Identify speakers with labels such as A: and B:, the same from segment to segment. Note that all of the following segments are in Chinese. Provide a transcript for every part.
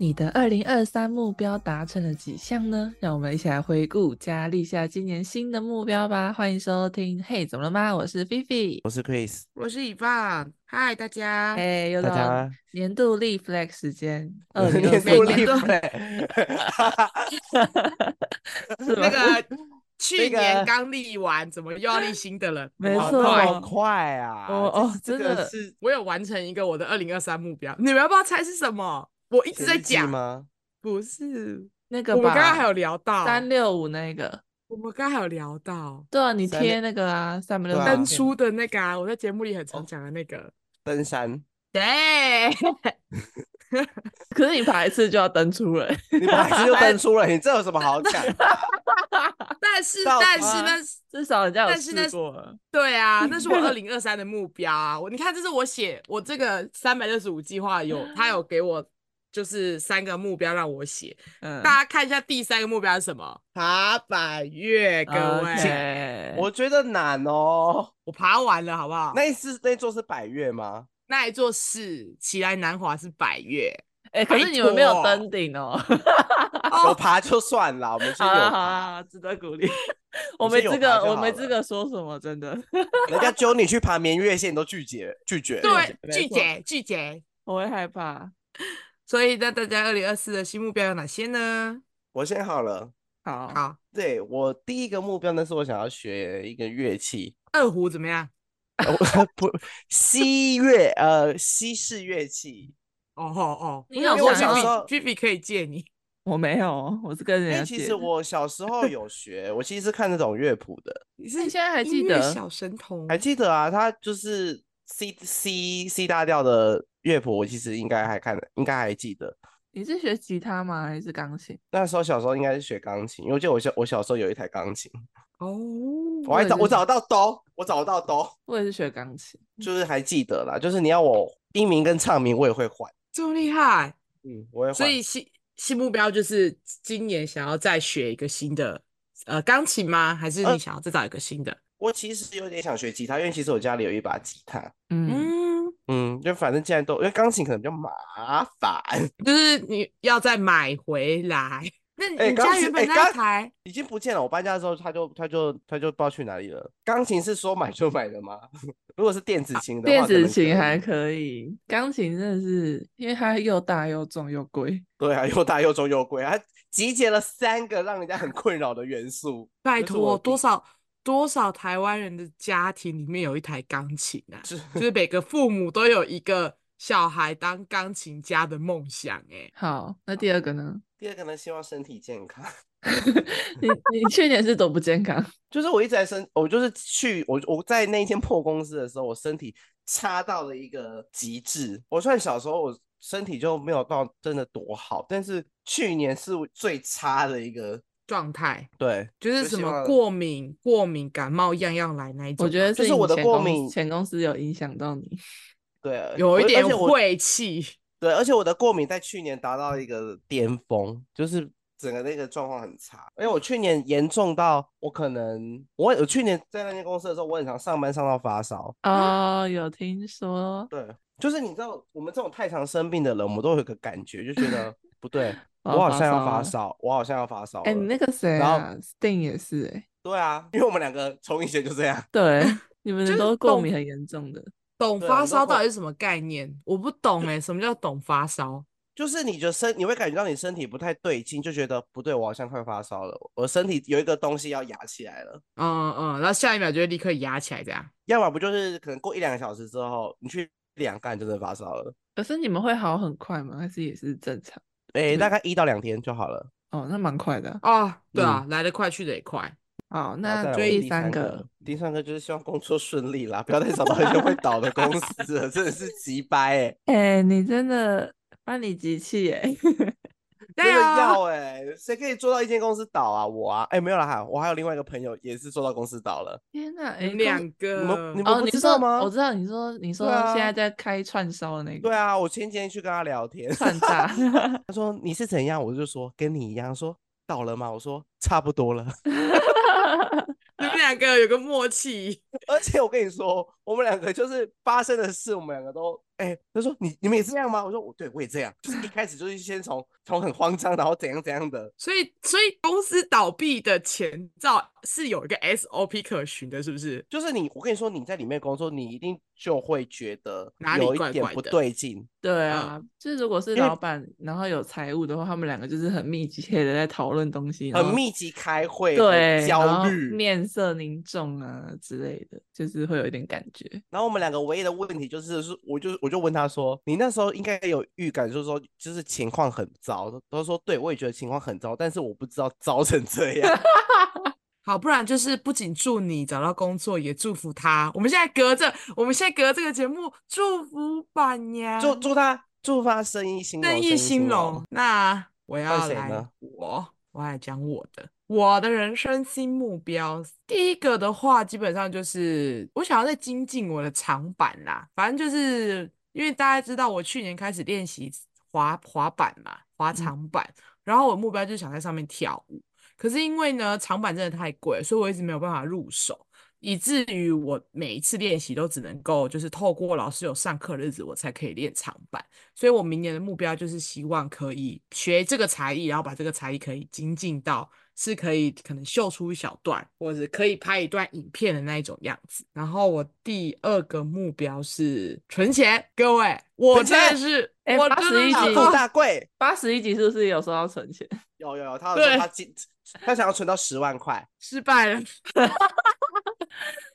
A: 你的二零二三目标达成了几项呢？让我们一起来回顾加立下今年新的目标吧。欢迎收听，嘿，怎么了吗？我是菲菲。
B: 我是 Chris，
C: 我是以放，嗨大家，
A: 哎，又
B: 大
A: 到
B: 家
A: 年度立 flag 时间，二
B: 我
A: 零
B: 年
A: 二
C: 每
A: 三
B: 度
C: 年
B: 立
C: 都
B: flag，
A: 是吧？
C: 那个
B: 那
C: 去
B: 个
C: 年刚立完，怎么又要立新的了？
A: 没
C: 好
A: 错
C: 快
B: 好快啊！
A: 哦
B: 这
A: 哦
B: 这
A: 真
B: 个
A: 的
B: 是
C: 我有完成一个我的二零二三目标，你们要不要猜是什么？我一直
B: 写
C: 在
B: 日记
C: 讲，
B: 吗？
C: 不是，
A: 那个
C: 我们刚刚还有
A: 吧，
C: 聊到，
A: 三六五那个，
C: 我们刚刚还有聊到
A: 对啊，你
B: 三
A: 贴
B: 六
A: 那个啊，三百六
B: 对
A: 十
B: 啊
C: 登
A: 天
C: 出的那个啊，我在节目里很常
B: 哦
C: 讲的那个，
B: 登山，
C: 对，
A: 可是你爬一次就要登出了 欸，
B: 你本来就登出了，你这有什么 好讲？
C: 但是
B: 到
C: 但
B: 底
C: 是
A: 啊
C: 那是
A: 至少人家有
C: 但是那
A: 试
C: 是
A: 过了。
C: 对啊，那是我二零二三的目标啊！我你看，这是我写我这个三百六十五计划有，他有给我就是三个目标让我写，
A: 嗯，
C: 大家看一下第三个目标是什么？爬百越，各位
A: OK
B: 我觉得难哦。
C: 我爬完了，好不好？那
B: 那一次那一座是百越吗？
C: 那一座是奇来南华是百越，
A: 哎、可
C: 拜
A: 是你们没有
C: 托
A: 登顶哦。
C: 哦
B: 有爬就算了，我们是
A: 好啊
B: 有
A: 啦好
B: 爬，
A: 啦，值得鼓励。我
B: 我
A: 没
B: 是有
A: 资
B: 爬
A: 格，
B: 就
A: 我没
B: 好
A: 资
B: 了
A: 格说什么，真的。
B: 人家揪你去爬绵月线，你都拒绝拒绝。
C: 对，
A: 没
C: 拒
A: 错
C: 绝拒绝。
A: 我会害怕。
C: 所以那大家二零二四的新目标有哪些呢？
B: 我先好了。
A: 好，
C: 好，
B: 对我第一个目标呢，是我想要学一个乐器，
C: 二胡怎么样？
B: 呃我不 西乐呃西式乐器，
C: 哦哦哦，
A: 你有
C: 因为我
B: 想
C: 想
B: 说
C: P P 可以借你。
A: 我没有哦，我是跟
B: 因
A: 人
B: 为
A: 家
B: 其
A: 借
B: 实
A: 的
B: 我小时候有学，我其实是看那种乐谱的，
C: 你
A: 那
C: 是
A: 你现在还
C: 哎音
A: 记
C: 乐
A: 得
C: 小神童？
B: 还记得啊，它就是 C C C 大调的乐谱，我其实应该还看得，应该还记得。
A: 你是学吉他吗？还是钢琴？
B: 那时候小时候应该是学钢琴，因为我记得我小我小时候有一台钢琴，
C: 哦，
B: 我还
A: 也
B: 找我
A: 是
B: 找到兜，我找到兜，
A: 我也是学钢琴。
B: 就是还记得啦，就是你要我音名跟唱名我也会换，
C: 这么厉害！
B: 嗯，我也会
C: 所
B: 换。
C: 以新新目标就是今年想要再学一个新的呃钢琴吗？还是
B: 呃
C: 你想要再找一个新的？
B: 我其实有点想学吉他，因为其实我家里有一把吉他，
A: 嗯，
C: 嗯，
B: 嗯，就反正既然都因为钢琴可能比较麻烦，
C: 就是你要再买回来。 那
B: 哎
C: 你
B: 钢
C: 家
B: 琴
C: 原
B: 哎
C: 本那
B: 钢
C: 一台
B: 已经不见了。我搬家的时候，他就他就他就不知道去哪里了。钢琴是说买就买的吗？ 如果是电子琴的话，
A: 电
B: 可能
A: 子琴
B: 可
A: 还
B: 以
A: 可以，钢琴真的是因为它又大又重又贵。
B: 对啊，又大又重又贵，它集结了三个让人家很困扰的元素。
C: 拜
B: 这是我
C: 托
B: 第
C: 多少多少台湾人的家庭里面有一台钢琴啊？
B: 是
C: 就是每个父母都有一个小孩当钢琴家的梦想、哎，
A: 好，那第二个呢？
B: 第二个呢，希望身体健康。嗯
A: 你你去年是多不健 康？
B: 就是我一直在身，我就是去我我在那一天破公司的时候，我身体差到了一个极致。我算小时候我身体就没有到真的多好，但是去年是我最差的一个。
C: 状态
B: 对，
C: 就是
B: 就
C: 什
B: 希
C: 么
B: 望
C: 过敏、过敏、感冒样样来那一种
A: 我
C: 啊吗。
A: 觉得
B: 就是
A: 你
B: 我的
A: 前
B: 过
A: 公
B: 敏
A: 前公司有影响到你。
B: 对，啊
C: 有
B: 我
C: 一点
B: 而且我
C: 晦气。
B: 对，而且我的过敏在去年达到一个巅峰，就是整个那个状况很差。因为我去年严重到我可能我我去年在那间公司的时候，我很常上班上到发烧。
A: 哦，有听说
B: 对，就是你知道我们这种太常生病的人，我们都有一个感觉，就 觉得不对，
A: 我
B: 我
A: 要
B: 好
A: 发
B: 像要
A: 烧
B: 发
A: 了
B: 烧，我好像要发烧
A: 哎、你
B: 了
A: 那个谁
B: 然后
A: 啊，Sting 也是哎、
B: 对啊，因为我们两个从以前就这样。
A: 对，你们
C: 就
A: 的
C: 是
A: 都过
C: 动
A: 敏很严重的，
C: 懂
B: 对啊
C: 发
B: 你都
C: 烧
B: 过
C: 到底是什么概念？我不懂哎、什么叫懂发烧？
B: 就是你的身，你会感觉到你身体不太对劲，就觉得不对，我好像快发烧了，我身体有一个东西要压起来了。
C: 嗯嗯，然后下一秒就会立刻压起来，这样
B: 要么不就是可能过一两个小时之后，你去量干真的发烧了，
A: 可是你们会好很快吗？还是也是正常？
B: 诶、
A: 嗯
B: 大概一到两天就好了。
A: 哦，那蛮快的。
C: 哦，对啊，
B: 嗯
C: 来得快去得也快。
A: 好，
B: 然后
A: 那
B: 再来
C: 所
B: 我
C: 以
B: 是
A: 第
B: 第
A: 三
B: 三
A: 个，，
B: 第三个就是希望工作顺利啦，不要再找到一些会倒的公司了， 真的是急掰欸诶、
A: 哎、你真的把你集气 哎、
C: 对
B: 真的
C: 啊，
B: 要诶、谁可以做到一间公司倒啊？我啊，诶、没有啦哈，我还有另外一个朋友也是做到公司倒了，
A: 天哪，哎、
C: 你
A: 公
C: 们两个，
B: 你们你
A: 哦，
B: 们不
A: 你
B: 知
A: 是
B: 道
A: 说
B: 吗？
A: 我知道，你说你说现在
B: 啊
A: 在开串烧的那个，
B: 对，啊，我前几天去跟他聊天，
A: 串炸，
B: 他说你是怎样，我就说跟你一样，说倒了吗？我说差不多了。
C: 你们两个有个默契，
B: 哦而且我跟你说，我们两个就是发生的事，我们两个都哎、他说你你们也是这样吗？我说我对我也这样，就是一开始就是先从从很慌张，然后怎样怎样的，
C: 所以，所以公司倒闭的前兆是有一个 SOP 可循的，是不是？
B: 就是你我跟你说你在里面工作，你一定就会觉得
C: 哪里
B: 有
C: 怪
B: 一点
C: 怪
B: 不
C: 的
B: 对劲，
A: 对啊，就是如果是
B: 因为
A: 老板，然后有财务的话，他们两个就是很密切的在讨论东西，然
B: 很
A: 后
B: 密集开会，很
A: 对，然
B: 焦
A: 后
B: 虑。
A: 面色凝重啊之类的，就是会有一点感觉。
B: 然后我们两个唯一的问题就是，是我就我就问他说，你那时候应该有预感，就是说就是情况很糟。他说对，我也觉得情况很糟，但是我不知道糟成这样。
C: 好，不然就是不仅祝你找到工作，也祝福他。我们现在隔着，我们现在隔这个节目，祝福板娘，
B: 祝祝他祝他生意兴隆，
C: 正
B: 意
C: 义啊兴隆。。那我要
B: 谁
C: 来
B: 呢
C: 我，我来讲我的我的人生新目标。第一个的话，基本上就是我想要再精进我的长板啦。反正就是因为大家知道我去年开始练习滑滑板嘛，
B: 嗯
C: 滑长板，然后我目标就是想在上面跳舞。可是因为呢，长板真的太贵了，所以我一直没有办法入手。以至于我每一次练习都只能够就是透过老师有上课的日子，我才可以练长板。所以我明年的目标就是希望可以学这个才艺，然后把这个才艺可以精进到是可以可能秀出一小段，或者可以拍一段影片的那一种样子。然后我第二个目标是存钱，各位，我
B: 存
C: 真的
B: 钱
C: 是，
A: 哎
C: 我
A: 81
C: 真的
B: 大
A: 集
C: 是哦
B: 富大贵，
A: 八十一集是不是有说要存钱？
B: 有有有，他有说
C: 对
B: 他今他想要存到十万块，
C: 失败了，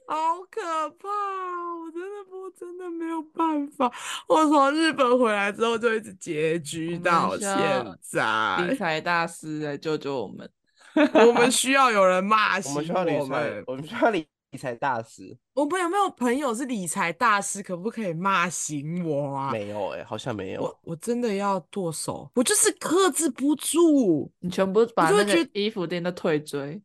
C: 好可怕哦！我真的不，真的没有办法。我从日本回来之后就一直拮据
A: 们
C: 到
A: 需
C: 现
A: 要理
C: 在，
A: 财大师来救救我们。
C: 我们需要有人骂
B: 我
C: 醒
B: 们需要理
C: 我
B: 财
C: 们，。
B: 我们需要理 财大师。
C: 我们有没有朋友是理财大师？可不可以骂醒我啊？
B: 没有哎、好像没有
C: 我。我真的要剁手，我就是克制不住。
A: 你全部把
C: 就
A: 那
C: 会
A: 个
C: 觉
A: 衣服店都退追。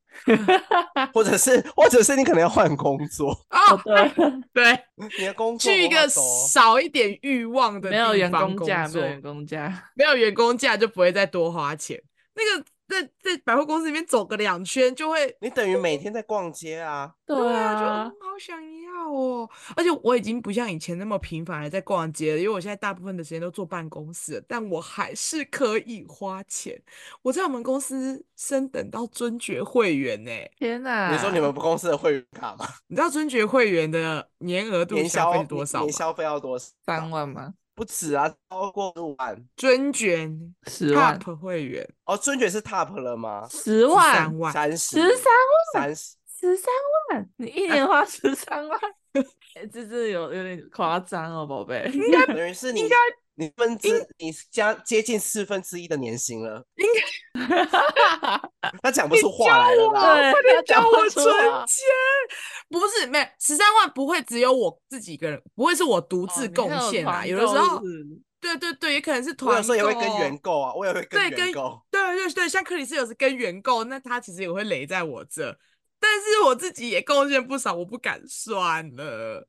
B: 或者是，或者是你可能要换工作，
C: 啊！
A: 哦，对，
C: 对，
B: 你的工作
C: 去一
B: 文化
C: 个
B: 走哦
C: 少一点欲望的
A: 没有
C: 地
A: 员
C: 方
A: 工价，没有
C: 作
A: 员工价。
C: 没有员工价就不会再多花钱。那个在在百货公司里面走个两圈就会，
B: 你等于每天在逛街啊。
A: 对
C: 啊，就
A: 啊
C: 嗯，好想要哦。而且我已经不像以前那么频繁的在逛街了，因为我现在大部分的时间都坐办公室了，但我还是可以花钱。我在我们公司升等到尊爵会员呢、
A: 天哪！
C: 啊
B: 你说你们公司的会员卡吗？
C: 你知道尊爵会员的年额度
B: 年
C: 消
B: 消
C: 费是多
B: 年
C: 少
B: 年
C: 吗？
B: 消费要多少？
A: 三万吗？
B: 不止啊，超过五万。
C: 尊爵
A: 十万？
C: Top 会员
B: 哦，尊爵是 top 了吗？
A: 十
C: 是
A: 万？
C: 三万，
B: 三十
A: 十三
B: 三十，
A: 十三万？你一年花十三万？ 哎这真的有有点夸张哦，宝贝。
B: 等于是你你分之你加接近四分之一的年薪了。 他讲不出话来了啦。
A: 对，
C: 快点
A: 讲
C: 叫
A: 不
C: 我
A: 出
C: 存
A: 话
C: 钱。不是，没有十三万不会只有我自己一个人，不会是我独
A: 哦
C: 自
A: 你还
C: 贡
A: 有
C: 献啊。
A: 团
C: 有的时
A: 购是
C: 候
A: 不，是
C: 对对对，也可能是
B: 我有
C: 团
B: 时候也
C: 购。
B: 会跟员购啊，我也会
C: 对
B: 跟员
C: 跟
B: 购。
C: 对对对，像克里斯有时跟员购，那他其实也会累在我这，但是我自己也贡献不少，我不敢算了。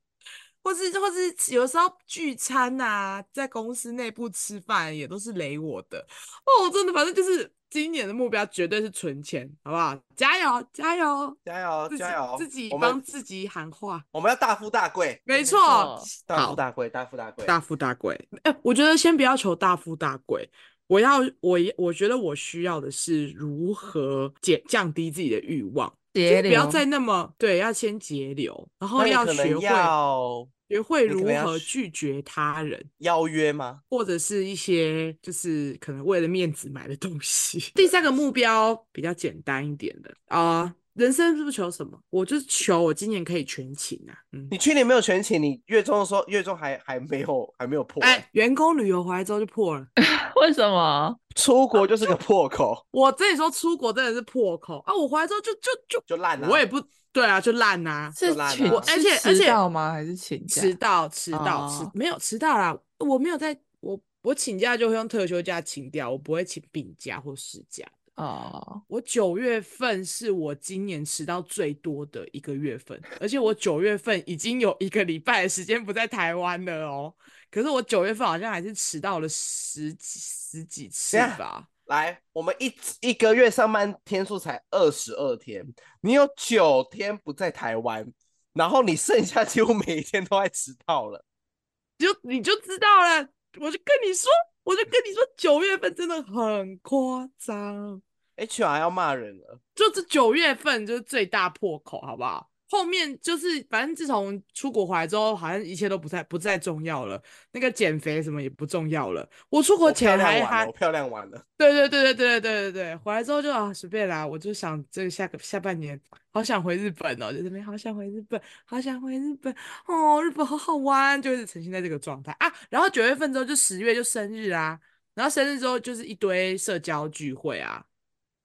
C: 或是或是有时候聚餐啊，在公司内部吃饭也都是雷我的哦，真的，反正就是今年的目标绝对是存钱，好不好？加油加哦油！
B: 加油
C: 自己
B: 加油！
C: 自己
B: 我
C: 帮
B: 们
C: 自己喊话，
B: 我们要大富大贵，
C: 没错，
A: 错
B: 大
C: 好
B: 富大贵，大富大贵。
C: 大富大贵。哎、我觉得先不要求大富大贵，我要我我觉得我需要的是如何减降低自己的欲望，就
A: 节
C: 是不要
A: 流
C: 再那么对，要先节流，然后
B: 那你可能
C: 学会
B: 要
C: 学会
B: 你可
C: 如
B: 能要
C: 何
B: 学
C: 拒绝他人，
B: 邀约吗？
C: 或者是一些就是可能为了面子买的东西。 第三个目标比较简单一点的啊、人生是不求什么，我就是求我今年可以全勤啊，嗯。
B: 你去年没有全勤，你月中的时候月中还还没有还没有破、
C: 哎，员工旅游回来之后就破了。
A: 为什么？
B: 出国就是个破口，
C: 我跟你说，出国真的是破口啊！我回来之后就就就，
B: 就烂了、
C: 我也不对啊，就烂啊，
A: 是
B: 就烂
A: 请
B: 了我
C: 而且而
A: 迟
C: 且
A: 到吗？还是请假？
C: 迟到迟到迟
A: 哦
C: 没有迟到啦，我没有在我我请假就会用特休假请掉，我不会请病假或事假。
A: 哦，
C: 我九月份是我今年迟到最多的一个月份，而且我九月份已经有一个礼拜的时间不在台湾了哦。可是我九月份好像还是迟到了十几十几次
B: 等一下
C: 吧。
B: 来，我们一一个月上班天数才二十二天，你有九天不在台湾，然后你剩下几乎每一天都在迟到了。
C: 你就你就知道了。我就跟你说，我就跟你说，九月份真的很夸张，
B: HR 哎要骂人了，
C: 就是九月份就是最大破口，好不好？后面就是反正自从出国回来之后，好像一切都不再不再重要了，那个减肥什么也不重要了。我出国
B: 我漂
C: 前
B: 亮
C: 还
B: 完了，
C: 还
B: 我漂亮完了。
C: 对对对对对对对对对，回来之后就啊随便啦，我就想这个下个下半年好想回日本哦，就这边好想回日本，好想回日本哦，日本好好玩，就一直沉浸在这个状态啊。然后九月份之后就十月就生日啊，然后生日之后就是一堆社交聚会啊，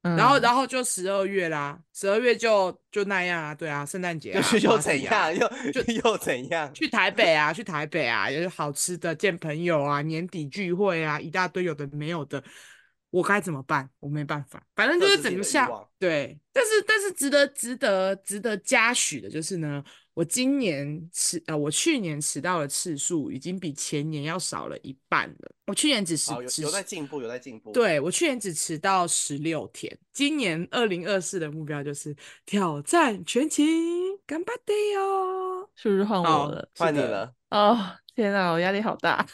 C: 然后
A: 嗯
C: 然后就十二月啦，十二月就就那样啊，对啊，圣诞节啊，
B: 就是又
C: party
B: 怎
C: 啊
B: 样，又
C: 就
B: 又怎样？
C: 去台北啊，去台北啊，有好吃的，见朋友啊，年底聚会啊，一大堆有的没有的，我该怎么办？我没办法，反正就
B: 克
C: 是
B: 制自
C: 整
B: 己
C: 个
B: 的欲
C: 下
B: 望
C: 对，但是但是值得值得值得嘉许的就是呢，我今年迟呃，我去年迟到的次数已经比前年要少了一半了，我去年只是
B: 好，哦有
C: 只
B: 有在
C: 是
B: 进步，有在进步。，
C: 对，我去年只迟到十六天，今年二零二四的目标就是挑战全勤，干巴哦的哟。
A: 是不是换我
C: 好
A: 了？
C: 是
B: 换你
C: 的
B: 了，
A: 哦，天啊，我压力好大，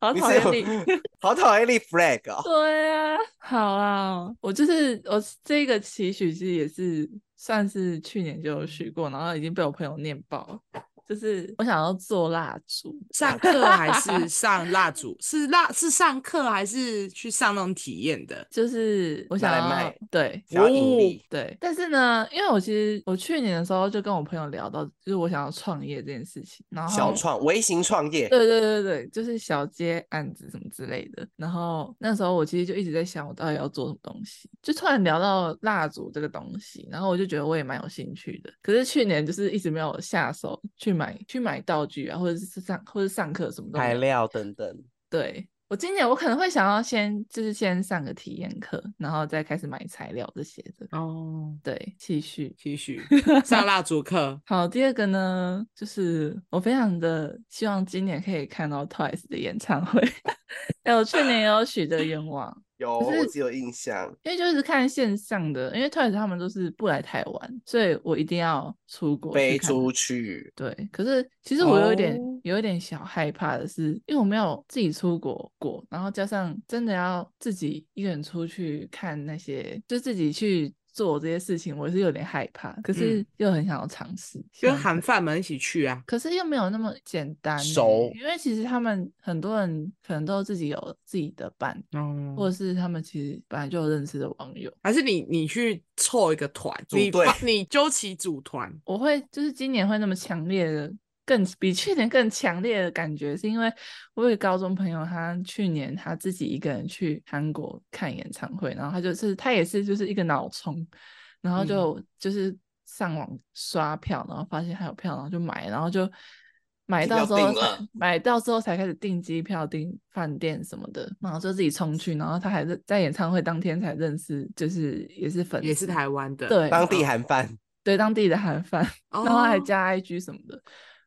A: 好
B: 你
A: 讨
B: 是
A: 厌
B: 有
A: 你。
B: 好讨厌立 flag 哦。
A: 对啊，好啦，我就是我这个期许其实也是算是去年就有许过，然后已经被我朋友念爆了。就是我想要做蜡烛，
C: 上课还是上蜡烛？是蜡是上课还是去上那种体验的？
A: 就是我
B: 拿
A: 想
B: 来
A: 要
B: 卖
A: 对
B: 想要盈利，
A: 对，但是呢，因为我其实我去年的时候就跟我朋友聊到，就是我想要创业这件事情，然后
B: 小创，微型创业，
A: 哦对对对对，就是小接案子什么之类的。然后那时候我其实就一直在想，我到底要做什么东西，就突然聊到蜡烛这个东西，然后我就觉得我也蛮有兴趣的。可是去年就是一直没有下手去买去买道具啊，或者是上或者上课什么都没
B: 材
A: 有。
B: 料等等。
A: 对我今年我可能会想要先就是先上个体验课，然后再开始买材料这些的。
C: 哦，
A: 对，继续。
C: 继续 上蜡烛课。
A: 好，第二个呢，就是我非常的希望今年可以看到 Twice 的演唱会。 哎、我去年也有许这个愿望，
B: 有，
A: 可
B: 我
A: 是
B: 只有印象。
A: 因为就是看线上的，因为 Twice 他们都是不来台湾，所以我一定要出国
B: 飞
A: 去看他
B: 出去，
A: 对，可是其实我有一点、
C: 哦
A: 有一点小害怕的是，因为我没有自己出国过，然后加上真的要自己一个人出去看那些，就自己去做这些事情，我是有点害怕，可是
C: 嗯
A: 又很想要尝试。希
C: 跟
A: 望可
C: 韩
A: 以
C: 饭们一起去啊，
A: 可是又没有那么简单欸
B: 熟
A: 因为其实他们很多人可能都自己有自己的伴，
C: 哦
A: 或者是他们其实本来就有认识的网友。
C: 还是你你去凑一个团，
B: 组
C: 你
B: 队
C: 发你揪起组团，
A: 我会就是今年会那么强烈的，更比去年更强烈的感觉，是因为我有一个高中朋友，他去年他自己一个人去韩国看演唱会，然后他就是他也是就是一个脑冲，然后
C: 嗯
A: 就、就是上网刷票，然后发现还有票，然后就买，然后就买
B: 机
A: 到
B: 票
A: 之后
B: 定
A: 才
B: 了
A: 买到之后才开始订机票、订饭店什么的，然后就自己冲去，然后他还是在演唱会当天才认识，就是也是粉丝，
C: 也是台湾的，
A: 对
B: 当地韩饭，
A: 对当地的韩饭。
C: 哦，
A: 然后还加 IG 什么的，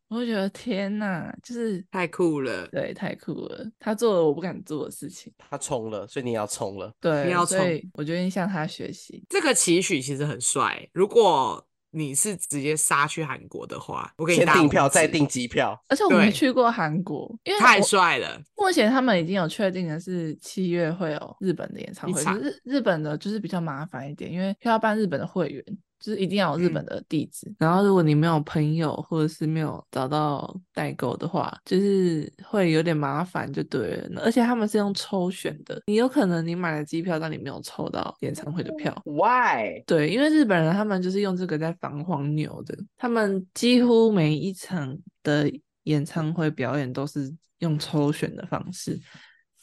A: 我就觉得天呐，就是
C: 太酷了，
A: 对，太酷了！他做了我不敢做的事情，
B: 他冲了，所以你也要冲了。
A: 对，
C: 要
A: 所
C: 冲
A: 以我决定向他学习。
C: 这个期许其实很帅。如果你是直接杀去韩国的话，我给你
B: 先
C: 打
B: 订
C: 五
B: 票，再
C: 折
B: 订机票。
A: 而且我没
C: 对
A: 去过韩国，因为
C: 太
A: 我
C: 帅了，
A: 目前他们已经有确定的是七月会有日本的演唱
C: 一
A: 会，可
C: 场
A: 是日本的就是比较麻烦一点，因为要办日本的会员，就是一定要有日本
C: 嗯
A: 的地址。然后如果你没有朋友或者是没有找到代购的话，就是会有点麻烦，就对了。而且他们是用抽选的，你有可能你买了机票，但你没有抽到演唱会的票。
B: Why？
A: 对，因为日本人他们就是用这个在防黄牛的，他们几乎每一场的演唱会表演都是用抽选的方式。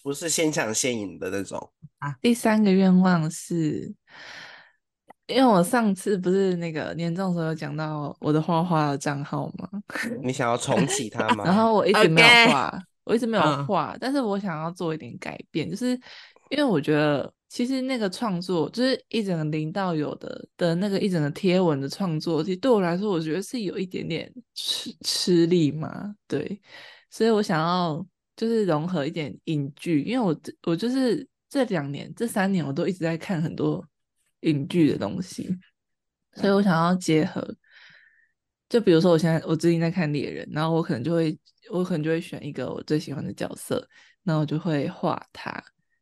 B: 不是先抢先赢的那种。
A: 第三个愿望是，因为我上次不是那个年终的时候有讲到我的画画的账号嘛，
B: 你想要重启它吗？
A: 然后我一直没有
C: OK
A: 画，我一直没有
C: 嗯
A: 画，但是我想要做一点改变，就是因为我觉得其实那个创作，就是一整个零到有的的那个一整个贴文的创作，其实对我来说，我觉得是有一点点吃吃力嘛，对，所以我想要就是融合一点影剧，因为我这我就是这两年这三年我都一直在看很多影剧的东西，所以我想要结合就比如说我现在我最近在看猎人，然后我可能就会我可能就会选一个我最喜欢的角色，那我就会画它，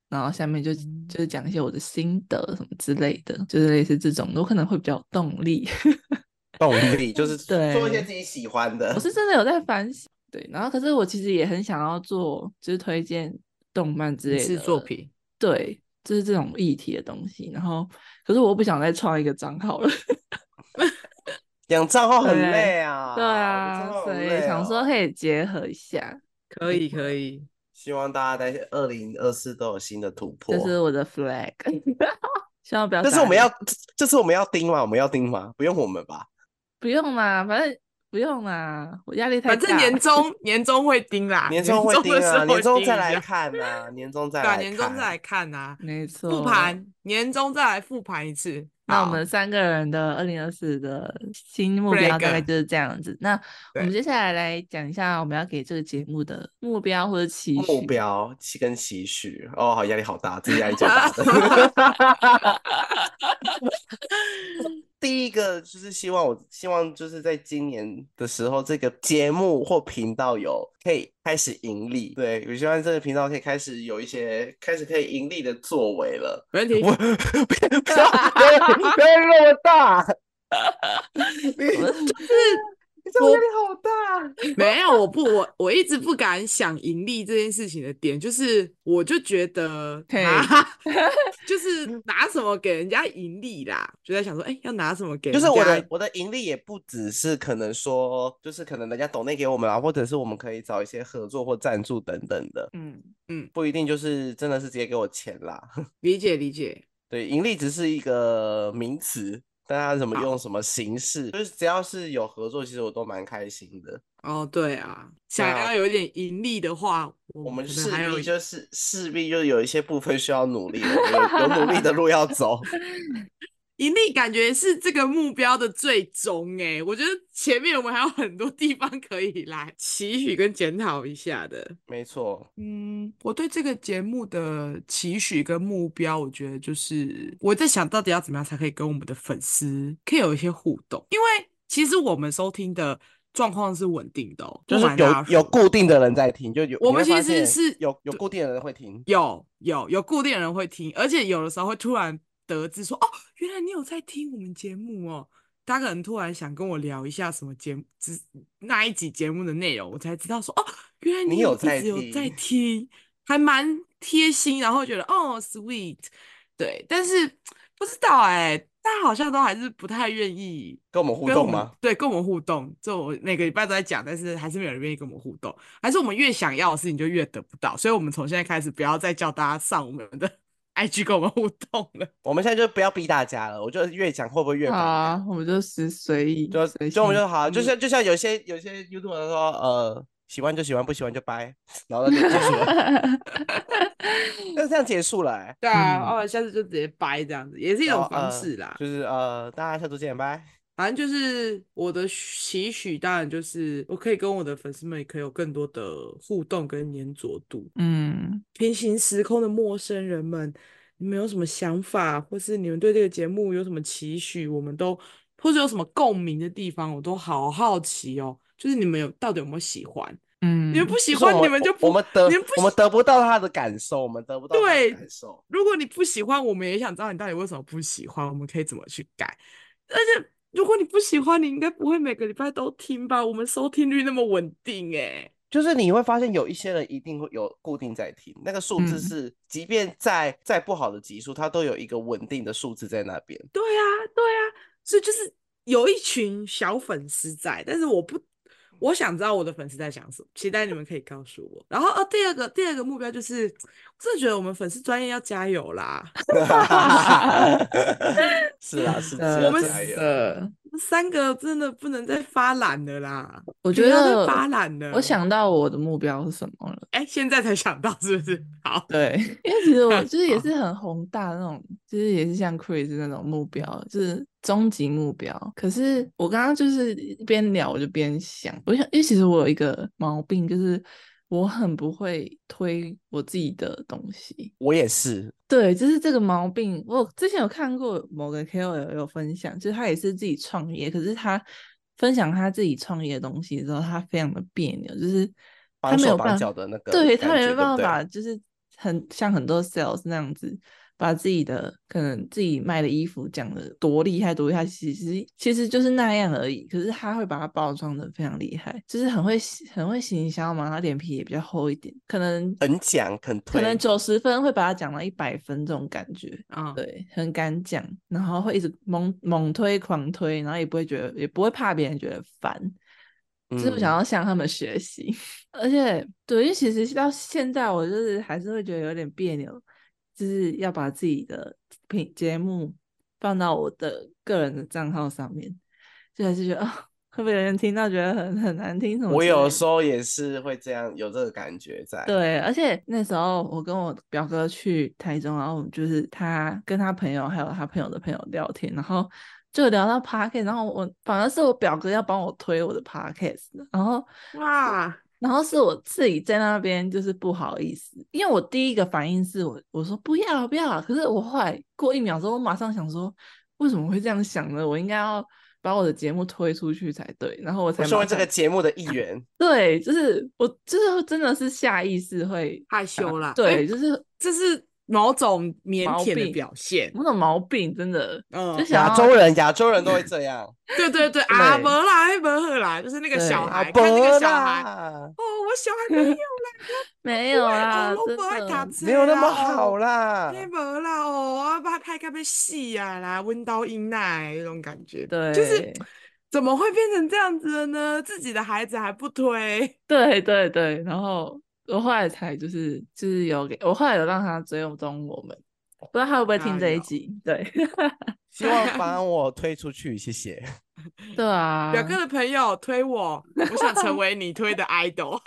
A: 然后下面就
C: 嗯
A: 就是讲一些我的心得什么之类的，就是类似这种的，我可能会比较有动力。
B: 动力就是
A: 对
B: 做一些自己喜欢的
A: 我。是真的有在反省，对，然后可是我其实也很想要做，就是推荐动漫之
C: 影
A: 类
C: 视
A: 的
C: 作，品，
A: 对，就是这种议题的东西。然后，可是我不想再创一个账号了，
B: 养账号很
A: 对
B: 累啊，
A: 对啊
B: 养账，号
A: 所
B: 很
A: 以
B: 累
A: 想
B: 哦
A: 说可以结合一下，
C: 可以可以，
B: 希望大家在二零二四都有新的突破。
A: 这是我的 flag，希望不要打脸。
B: 但是我们要，这这次我们要盯吗？我们要盯吗？不用我们吧？
A: 不用啦，反正不用啦，我压力太
C: 反
A: 大。
C: 正年终年终会盯啦，
B: 年
C: 终
B: 终会盯
C: 的时
B: 啊，
C: 候
B: 年终
C: 盯
B: 再
C: 一
B: 来
C: 下
B: 看啊，年终再
C: 对啊，
B: 来，
C: 年终再来。看啊，
A: 没错，
C: 复。盘，年终再来复盘一次。
A: 那我
C: 好
A: 们三个人的二零二四的新目标大概
C: Flag
A: 就是这样子。那我们
C: 对
A: 接下来来讲一下我们要给这个节目的目标或者期许。
B: 目标期跟期许哦，好压力好大，这压力超大的。 第一个就是希望我希望就是在今年的时候，这个节目或频道有可以开始盈利。对，我希望这个频道可以开始有一些开始可以盈利的作为了。
C: 没问题
B: 我，不 要不要不要不要那么大， 你你这样我压力好大。
C: 没有，我不，我我一直不敢想盈利这件事情的点，就是我就觉得
A: 嘿
C: 啊， 就是拿什么给人家盈利啦，就在想说，哎、要拿什么给
B: 就
C: 人
B: 是
C: 家？
B: 我的我的盈利也不只是可能说，就是可能人家抖内给我们啊，或者是我们可以找一些合作或赞助等等的，
A: 嗯，
B: 不一定就是真的是直接给我钱啦。
C: 理解理解，
B: 对，盈利只是一个名词，但它怎么
C: 好
B: 用什么形式，就是只要是有合作，其实我都蛮开心的。
C: 哦，对啊，想
B: 啊
C: 要有一点盈利的话，
B: 我们
C: 可
B: 势
C: 能还有
B: 必就是势必就有一些部分需要努力，我们有有努力的路要 走。
C: 盈利，感觉是这个目标的最终哎、我觉得前面我们还有很多地方可以来期许跟检讨一下的。
B: 没错，
C: 嗯，我对这个节目的期许跟目标，我觉得就是我在想到底要怎么样才可以跟我们的粉丝可以有一些互动，因为其实我们收听的状况是稳定的哦，
B: 就
C: 不
B: 是
C: 瞒大
B: 有
C: 家
B: 有
C: 说
B: 固定的人在听，就有
C: 我
B: 你
C: 们
B: 会发
C: 其实
B: 现
C: 是
B: 有有固定的人会听。
C: 有有有固定的人会听，而且有的时候会突然得知说，哦，原来你有在听我们节目哦。他可能突然想跟我聊一下什么节目，只那一集节目的内容，我才知道说，哦，原来
B: 你
C: 有
B: 有在
C: 一直有在
B: 听
C: 听，还蛮贴心，然后觉得哦，sweet，对，但是不知道哎、大家好像都还是不太愿意
B: 跟我们互
C: 跟我
B: 动
C: 们
B: 吗？？
C: 对，跟我们互动，这我每个礼拜都在讲，但是还是没有人愿意跟我们互动，还是我们越想要的事情就越得不到，所以我们从现在开始不要再叫大家上我们的 IG 跟我们互动了。
B: 我们现在就不要逼大家了，我就越讲会不会越
A: 好
B: 反感？
A: 啊，我们就是随意，
B: 就
A: 随
B: 就我们
A: 性
B: 就好，就
A: 嗯
B: 像就像有些有些 YouTube 人说，呃，喜欢就喜欢，不喜欢就掰，然后那就结束了， 那这样结束了、欸。
C: 对
A: 啊
C: 啊，
A: 哦
C: 哦，下次就直接掰这样子，也是一
B: 然
C: 种
B: 后
C: 方
B: 呃
C: 式啦。
B: 就是呃，大家下周见，拜。
C: 反正就是我的期许，当然就是我可以跟我的粉丝们也可以有更多的互动跟粘着度。
A: 嗯，
C: 平行时空的陌生人们，你们有什么想法，或是你们对这个节目有什么期许，我们都或者有什么共鸣的地方，我都好好奇哦。就是你们有到底有没有喜欢？
A: 嗯，
C: 你们不喜
B: 就是我
C: 欢，你们就不
B: 我们得
C: 你们不
B: 我们得不到他的感受，我们得不到他的
C: 对
B: 感受。
C: 如果你不喜欢，我们也想知道你到底为什么不喜欢，我们可以怎么去改。而且，如果你不喜欢，你应该不会每个礼拜都听吧？我们收听率那么稳定、欸，
B: 就是你会发现有一些人一定会有固定在听，那个数
A: 嗯
B: 字是，即便在再不好的集数，它都有一个稳定的数字在那边。
C: 对啊，对啊，所以就是有一群小粉丝在，但是我不，我想知道我的粉丝在想什么，期待你们可以告诉我。然后，呃，第二个第二个目标就是，我真的觉得我们粉丝专业要加油啦，
B: 是啦，是啊
A: 呃
B: 是要
C: 我们
B: 加油
A: 呃
C: 我们三个真的不能再发懒了啦，
A: 我
C: 不
A: 觉
C: 要再
A: 得
C: 发懒
B: 嗯
C: 了。
A: 我想到我的目标是什么了。
C: 哎，现在才想到是不是？好，
A: 对，因为其实 我就是也
C: 好
A: 是很宏大的那种，就是也是像 Chris 那种目标，就是终极目标。可是我刚刚就是边聊我就边想，我想，因为其实我有一个毛病，就是我很不会推我自己的东西。
B: 我也是，
A: 对，就是这个毛病。我之前有看过某个 KOL 有分享，就是他也是自己创业，可是他分享他自己创业的东西的时候，他非常的别扭，就是他
B: 绑
A: 没
B: 手
A: 有
B: 绑
A: 办
B: 脚的那个
A: 对
B: 感
A: 他没
B: 觉
A: 有
B: 对
A: 办
B: 不对
A: 法，就是很像很多 sales 那样子，把自己的可能自己卖的衣服讲的多厉害多厉害，其实其实就是那样而已。可是他会把它包装的非常厉害，就是很会很会行销嘛，他脸皮也比较厚一点，可能
B: 很讲很推，
A: 可能九十分会把它讲到一百分这种感觉。
C: 嗯，
A: 对，很敢讲，然后会一直猛猛推、狂推，然后也不会觉得，也不会怕别人觉得烦，就是我想
B: 嗯
A: 要向他们学习。 而且，对，因为其实到现在，我就是还是会觉得有点别扭，就是要把自己的品节目放到我的个人的账号上面，就还是觉得啊、会不会有人听到觉得很很难听什么之类的？
B: 我有时候也是会这样，有这个感觉在。
A: 对，而且那时候我跟我表哥去台中，然后我们就是他跟他朋友还有他朋友的朋友聊天，然后就聊到 podcast，然后我反而是我表哥要帮我推我的 podcast，然后
C: 哇，
A: 然后是我自己在那边就是不好意思，因为我第一个反应是我我说不要不要，可是我后来过一秒之后，我马上想说为什么会这样想呢？我应该要把我的节目推出去才对，然后我才啊
B: 我身
A: 马
B: 为这
A: 上
B: 个节目的一员，
A: 对，就是我就是真的是下意识会
C: 害羞啦，
A: 啊对，
C: 哎
A: 就是
C: 这是某种腼
A: 毛
C: 腆的
A: 病
C: 表现。
A: 某种毛病，真的。
C: 嗯
A: 就，想
B: 亚
A: 要
B: 洲人亚洲人都会这样。
C: 对对 对啊，
B: 对
C: 没啦，没喝啦，就是那个小
A: 对
C: 孩，
B: 啊
C: 看那个
B: 不
C: 小孩，
B: 啦，
C: 哦，我小孩 没有
A: 没有
C: 啦，
A: 啦，
C: 我
A: 真
C: 不爱打
A: 的。
C: 字，
B: 没有那么好啦。
C: 啦，那无啦哦，我怕太该被戏啊啦，温刀英奈那种感觉，
A: 对，
C: 就是怎么会变成这样子的呢？自己的孩子还不推，
A: 对对对。然后我后来才就是就是有给我后来有让他追踪我们，不知道他会不会听
C: 哎
A: 这一
C: 呦
A: 集？对
B: 希望帮我推出去，谢谢。
A: 对啊，
C: 表哥的朋友推我，我想成为你 推的 idol。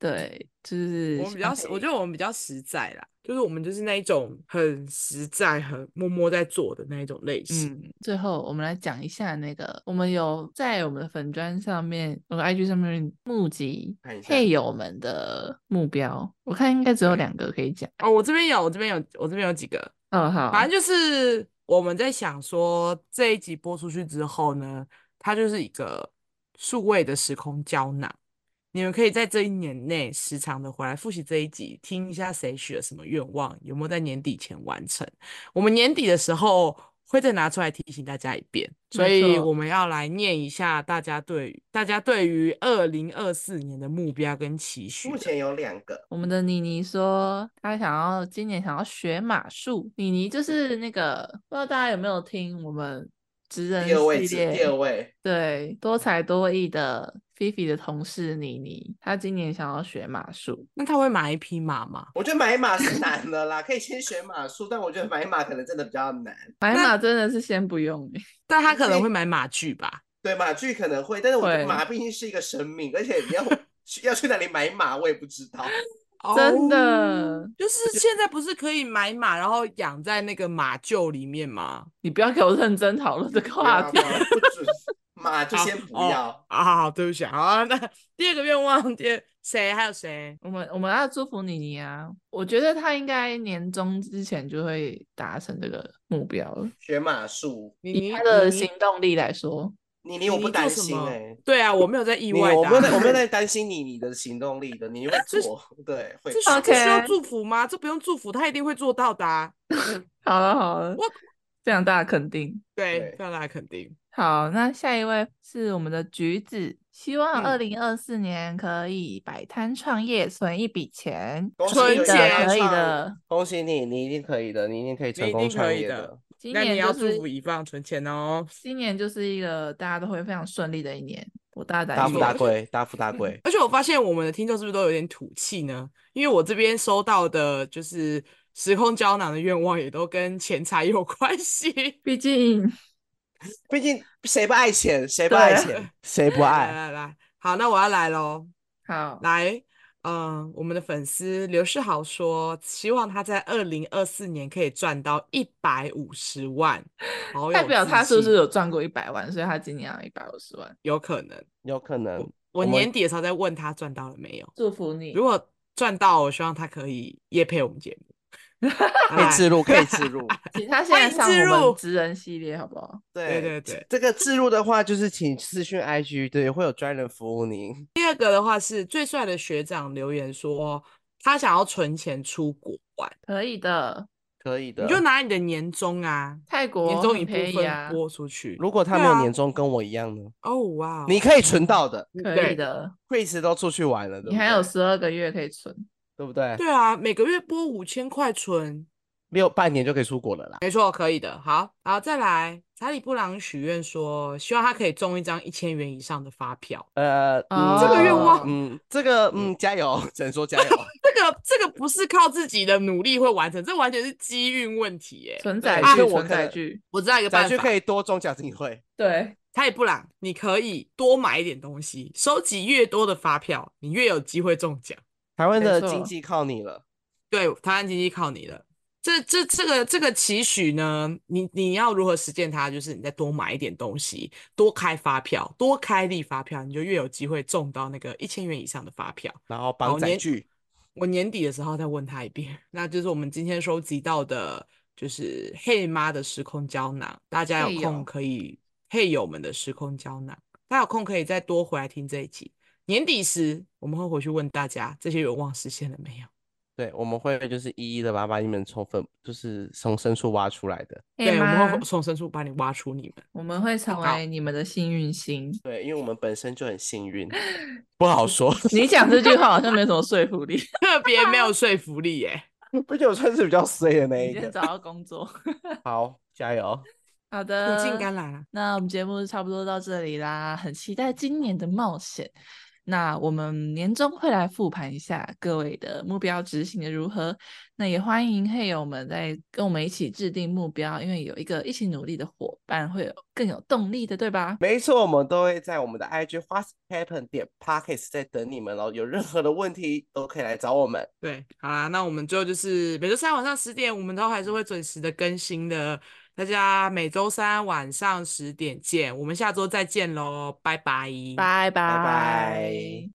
A: 对，就是
C: 我们比较实，我觉得我们比较实在啦，就是我们就是那一种很实在、很默默在做的那一种类型。
A: 嗯，最后我们来讲一下那个，我们有在我们的粉砖上面，我们 IG 上面募集
B: 看一下
A: 配友们的目标，我看应该只有两个可以讲。
C: 哦，我这边有，我这边有，我这边有几个，
A: 嗯，好，
C: 反正就是我们在想说这一集播出去之后呢，它就是一个数位的时空胶囊，你们可以在这一年内时常的回来复习这一集，听一下谁许了什么愿望，有没有在年底前完成。我们年底的时候会再拿出来提醒大家一遍，所
A: 没
C: 以
A: 错
C: 我们要来念一下大家对于大家对于二零二四年的目标跟期许
B: 目
C: 的。
B: 前有两个，
A: 我们的妮妮说，她想要今年想要学马术。妮妮就是那个，不知道大家有没有听我们职人
B: 第二位
A: 系
B: 置，第二
A: 列，
B: 位，
A: 对，多才多艺的菲菲的同事妮妮，她今年想要学马术。
C: 那他会买一匹马吗？
B: 我觉得买马是难的啦，可以先学马术，但我觉得买马可能真的比较难。
A: 买马真的是先不用欸、
C: 但他可能
B: 所以
C: 会买马具吧。
B: 对马具可能会，但是我觉
A: 会
B: 得马毕竟是一个生命，而且你 要去要去哪里买马，我也不知道。
A: 真
C: 哦
A: 的
C: 就是现在不是可以买马，然后养在那个马厩里面吗？
A: 你不要给我认真讨论这个
B: 不
A: 话
C: 啊
B: 要
A: 题。
B: 不要不准 马就
C: 好
B: 先不
C: 哦
B: 要。
C: 啊，好好，对不起，好啊。 那第二个愿望，第二谁还有谁？
A: 我们我们要祝福妮妮啊！我觉得她应该年终之前就会达成这个目标了。
B: 学马术，
C: 你
A: 以
C: 你
A: 她的
C: 你
A: 行动力来说，
B: 你你我
C: 你
B: 不
C: 做
B: 担
C: 什
B: 心
C: 么
B: 哎、
C: 对啊，我没有在意
B: 你
C: 外的啊、
B: 我没有在，我没有在 担心你你的行动力的，你会做，对，会
C: 这需
B: 做。
C: 这需要
A: OK
C: 祝福吗？这不用祝福，他一定会做到的、啊。
A: 好了好了
C: 我，
A: 非常大的肯定。
C: 对
B: 对，
C: 这样大家肯定。
A: 好，那下一位是我们的橘子，希望二
C: 嗯
A: 零二四年可以摆摊创业，存一笔钱。
B: 恭喜
A: 可以
C: 你
A: 的，
C: 创
A: 可以
B: 业
A: 的。
B: 恭喜你，你一定可以的，你一定可以成
C: 一
B: 功
C: 定
B: 创
C: 可以
B: 业
C: 的
B: 的。
A: 今
C: 那
A: 年
C: 你
A: 就
C: 要祝
A: 是
C: 福以放存钱哦。
A: 今年就是一个大家都会非常顺利的一年，我大胆
B: 大
A: 预
B: 富
A: 言
B: 大
C: 没错
B: 贵， 大富大
C: 嗯
B: 贵。
C: 而且我发现我们的听众是不是都有点土气呢？因为我这边收到的就是时空胶囊的愿望，也都跟钱财有关系。
A: 毕竟
B: 毕竟谁不爱钱，谁不
A: 对
B: 爱
A: 啊
B: 钱，谁不
C: 来
B: 爱？
C: 来来，好，那我要来喽。
A: 好，
C: 来，嗯，我们的粉丝刘世豪说，希望他在二零二四年可以赚到一百五十万，好
A: 代
C: 有
A: 表
C: 自
A: 他是不
C: 信
A: 是有赚过一百万，所以他今年要一百五十万。
C: 有可能。
B: 有可能。
C: 我
B: 我们
C: 年底的时候再问他赚到了没有。
A: 祝福你
C: 如，果赚到，我希望他可以夜配我们节目。
B: 可以置入，可以置入。
A: 请他现
C: 欢
A: 在
C: 迎
A: 上
C: 置
A: 我
C: 入
A: 们职人系列好不好？
B: 对
C: 对对对。
B: 这个置入的话，就是请私讯 IG，对，会有专人服务您。
C: 第二个的话是最帅的学长留言说，他想要存钱出国玩，
A: 可以的，
B: 可以的。
C: 你就拿你的年终啊，
A: 泰
C: 年
A: 国哦
C: 终
A: 很
C: 一部
A: 便宜
C: 分
A: 啊，
C: 拨出去。
B: 如果他
C: 对
B: 没有
C: 啊
B: 年终跟我一样呢？
C: 哦哇哦，
B: 你可以存到的。
A: 可以
C: 对
A: 的，
B: Chris 都出去玩了，对
A: 你
B: 不
A: 还有
B: 对
A: 十二个月可以存。
B: 对不对？
C: 对啊，每个月拨五千块存，
B: 六半年就可以出国了啦。
C: 没错，可以的。好，好，再来，查理布朗许愿说，希望他可以中一张一千元以上的发票。
B: 呃，
A: 哦
B: 嗯
C: 这个愿望
B: 嗯，这个嗯，加油，只能说加油。
C: 这个这个不是靠自己的努力会完成，这完全是机运问题耶。
A: 存载
B: 啊
A: 具，
B: 我
A: 存
B: 可
A: 载
B: 能
A: 具，
C: 我知道一个
B: 咱
C: 办
B: 去
C: 法，
B: 可以多中奖机会，
A: 对，
C: 查理布朗，你可以多买一点东西，收集越多的发票，你越有机会中奖。
B: 台湾的
A: 没错
B: 经济靠你了。
C: 对，台湾经济靠你了。这这这个这个期许呢，你你要如何实践它？就是你再多买一点东西，多开发票，多开立发票，你就越有机会中到那个一千元以上的发票。
B: 然后绑
C: 好
B: 载
C: 年
B: 具，
C: 我年底的时候再问他一遍。那就是我们今天收集到的，就是嘿妈的时空胶囊，大家
A: 嘿
C: 有
A: 友
C: 空可以嘿友们的时空胶囊，大家有空可以再多回来听这一集。年底时我们会回去问大家这些愿望实现了没有。
B: 对，我们会就是一一的把把你们从粉，就是从深处挖出来的。
A: 对
C: 对，我们会从深处把你挖出你们。
A: 哎我们会成
C: 好
A: 为你们的幸运星。
B: 对，因为我们本身就很幸 运，不好说。
A: 你讲这句话好像没什么说服力。
C: 特别没有说服力耶、
B: 毕竟我算是比较衰的那
A: 你
B: 一
A: 先
B: 个。
A: 找到工作。
B: 好，加油！
A: 好
C: 苦
A: 的，
C: 尽甘来啦。
A: 那我们节目差不多到这里啦，很期待今年的冒险。那我们年终会来复盘一下各位的目标执行的如何，那也欢迎黑友们在跟我们一起制定目标，因为有一个一起努力的伙伴，会有更有动力的，对吧？
B: 没错，我们都会在我们的 IG w h a t s happen 点 pockets 在等你们喽。有任何的问题都可以来找我们。
C: 对，好啦，那我们最后就是每周三晚上十点，我们都还是会准时的更新的。大家每周三晚嗯上十点见，我们下周再见喽，拜拜，
A: 拜拜
B: 拜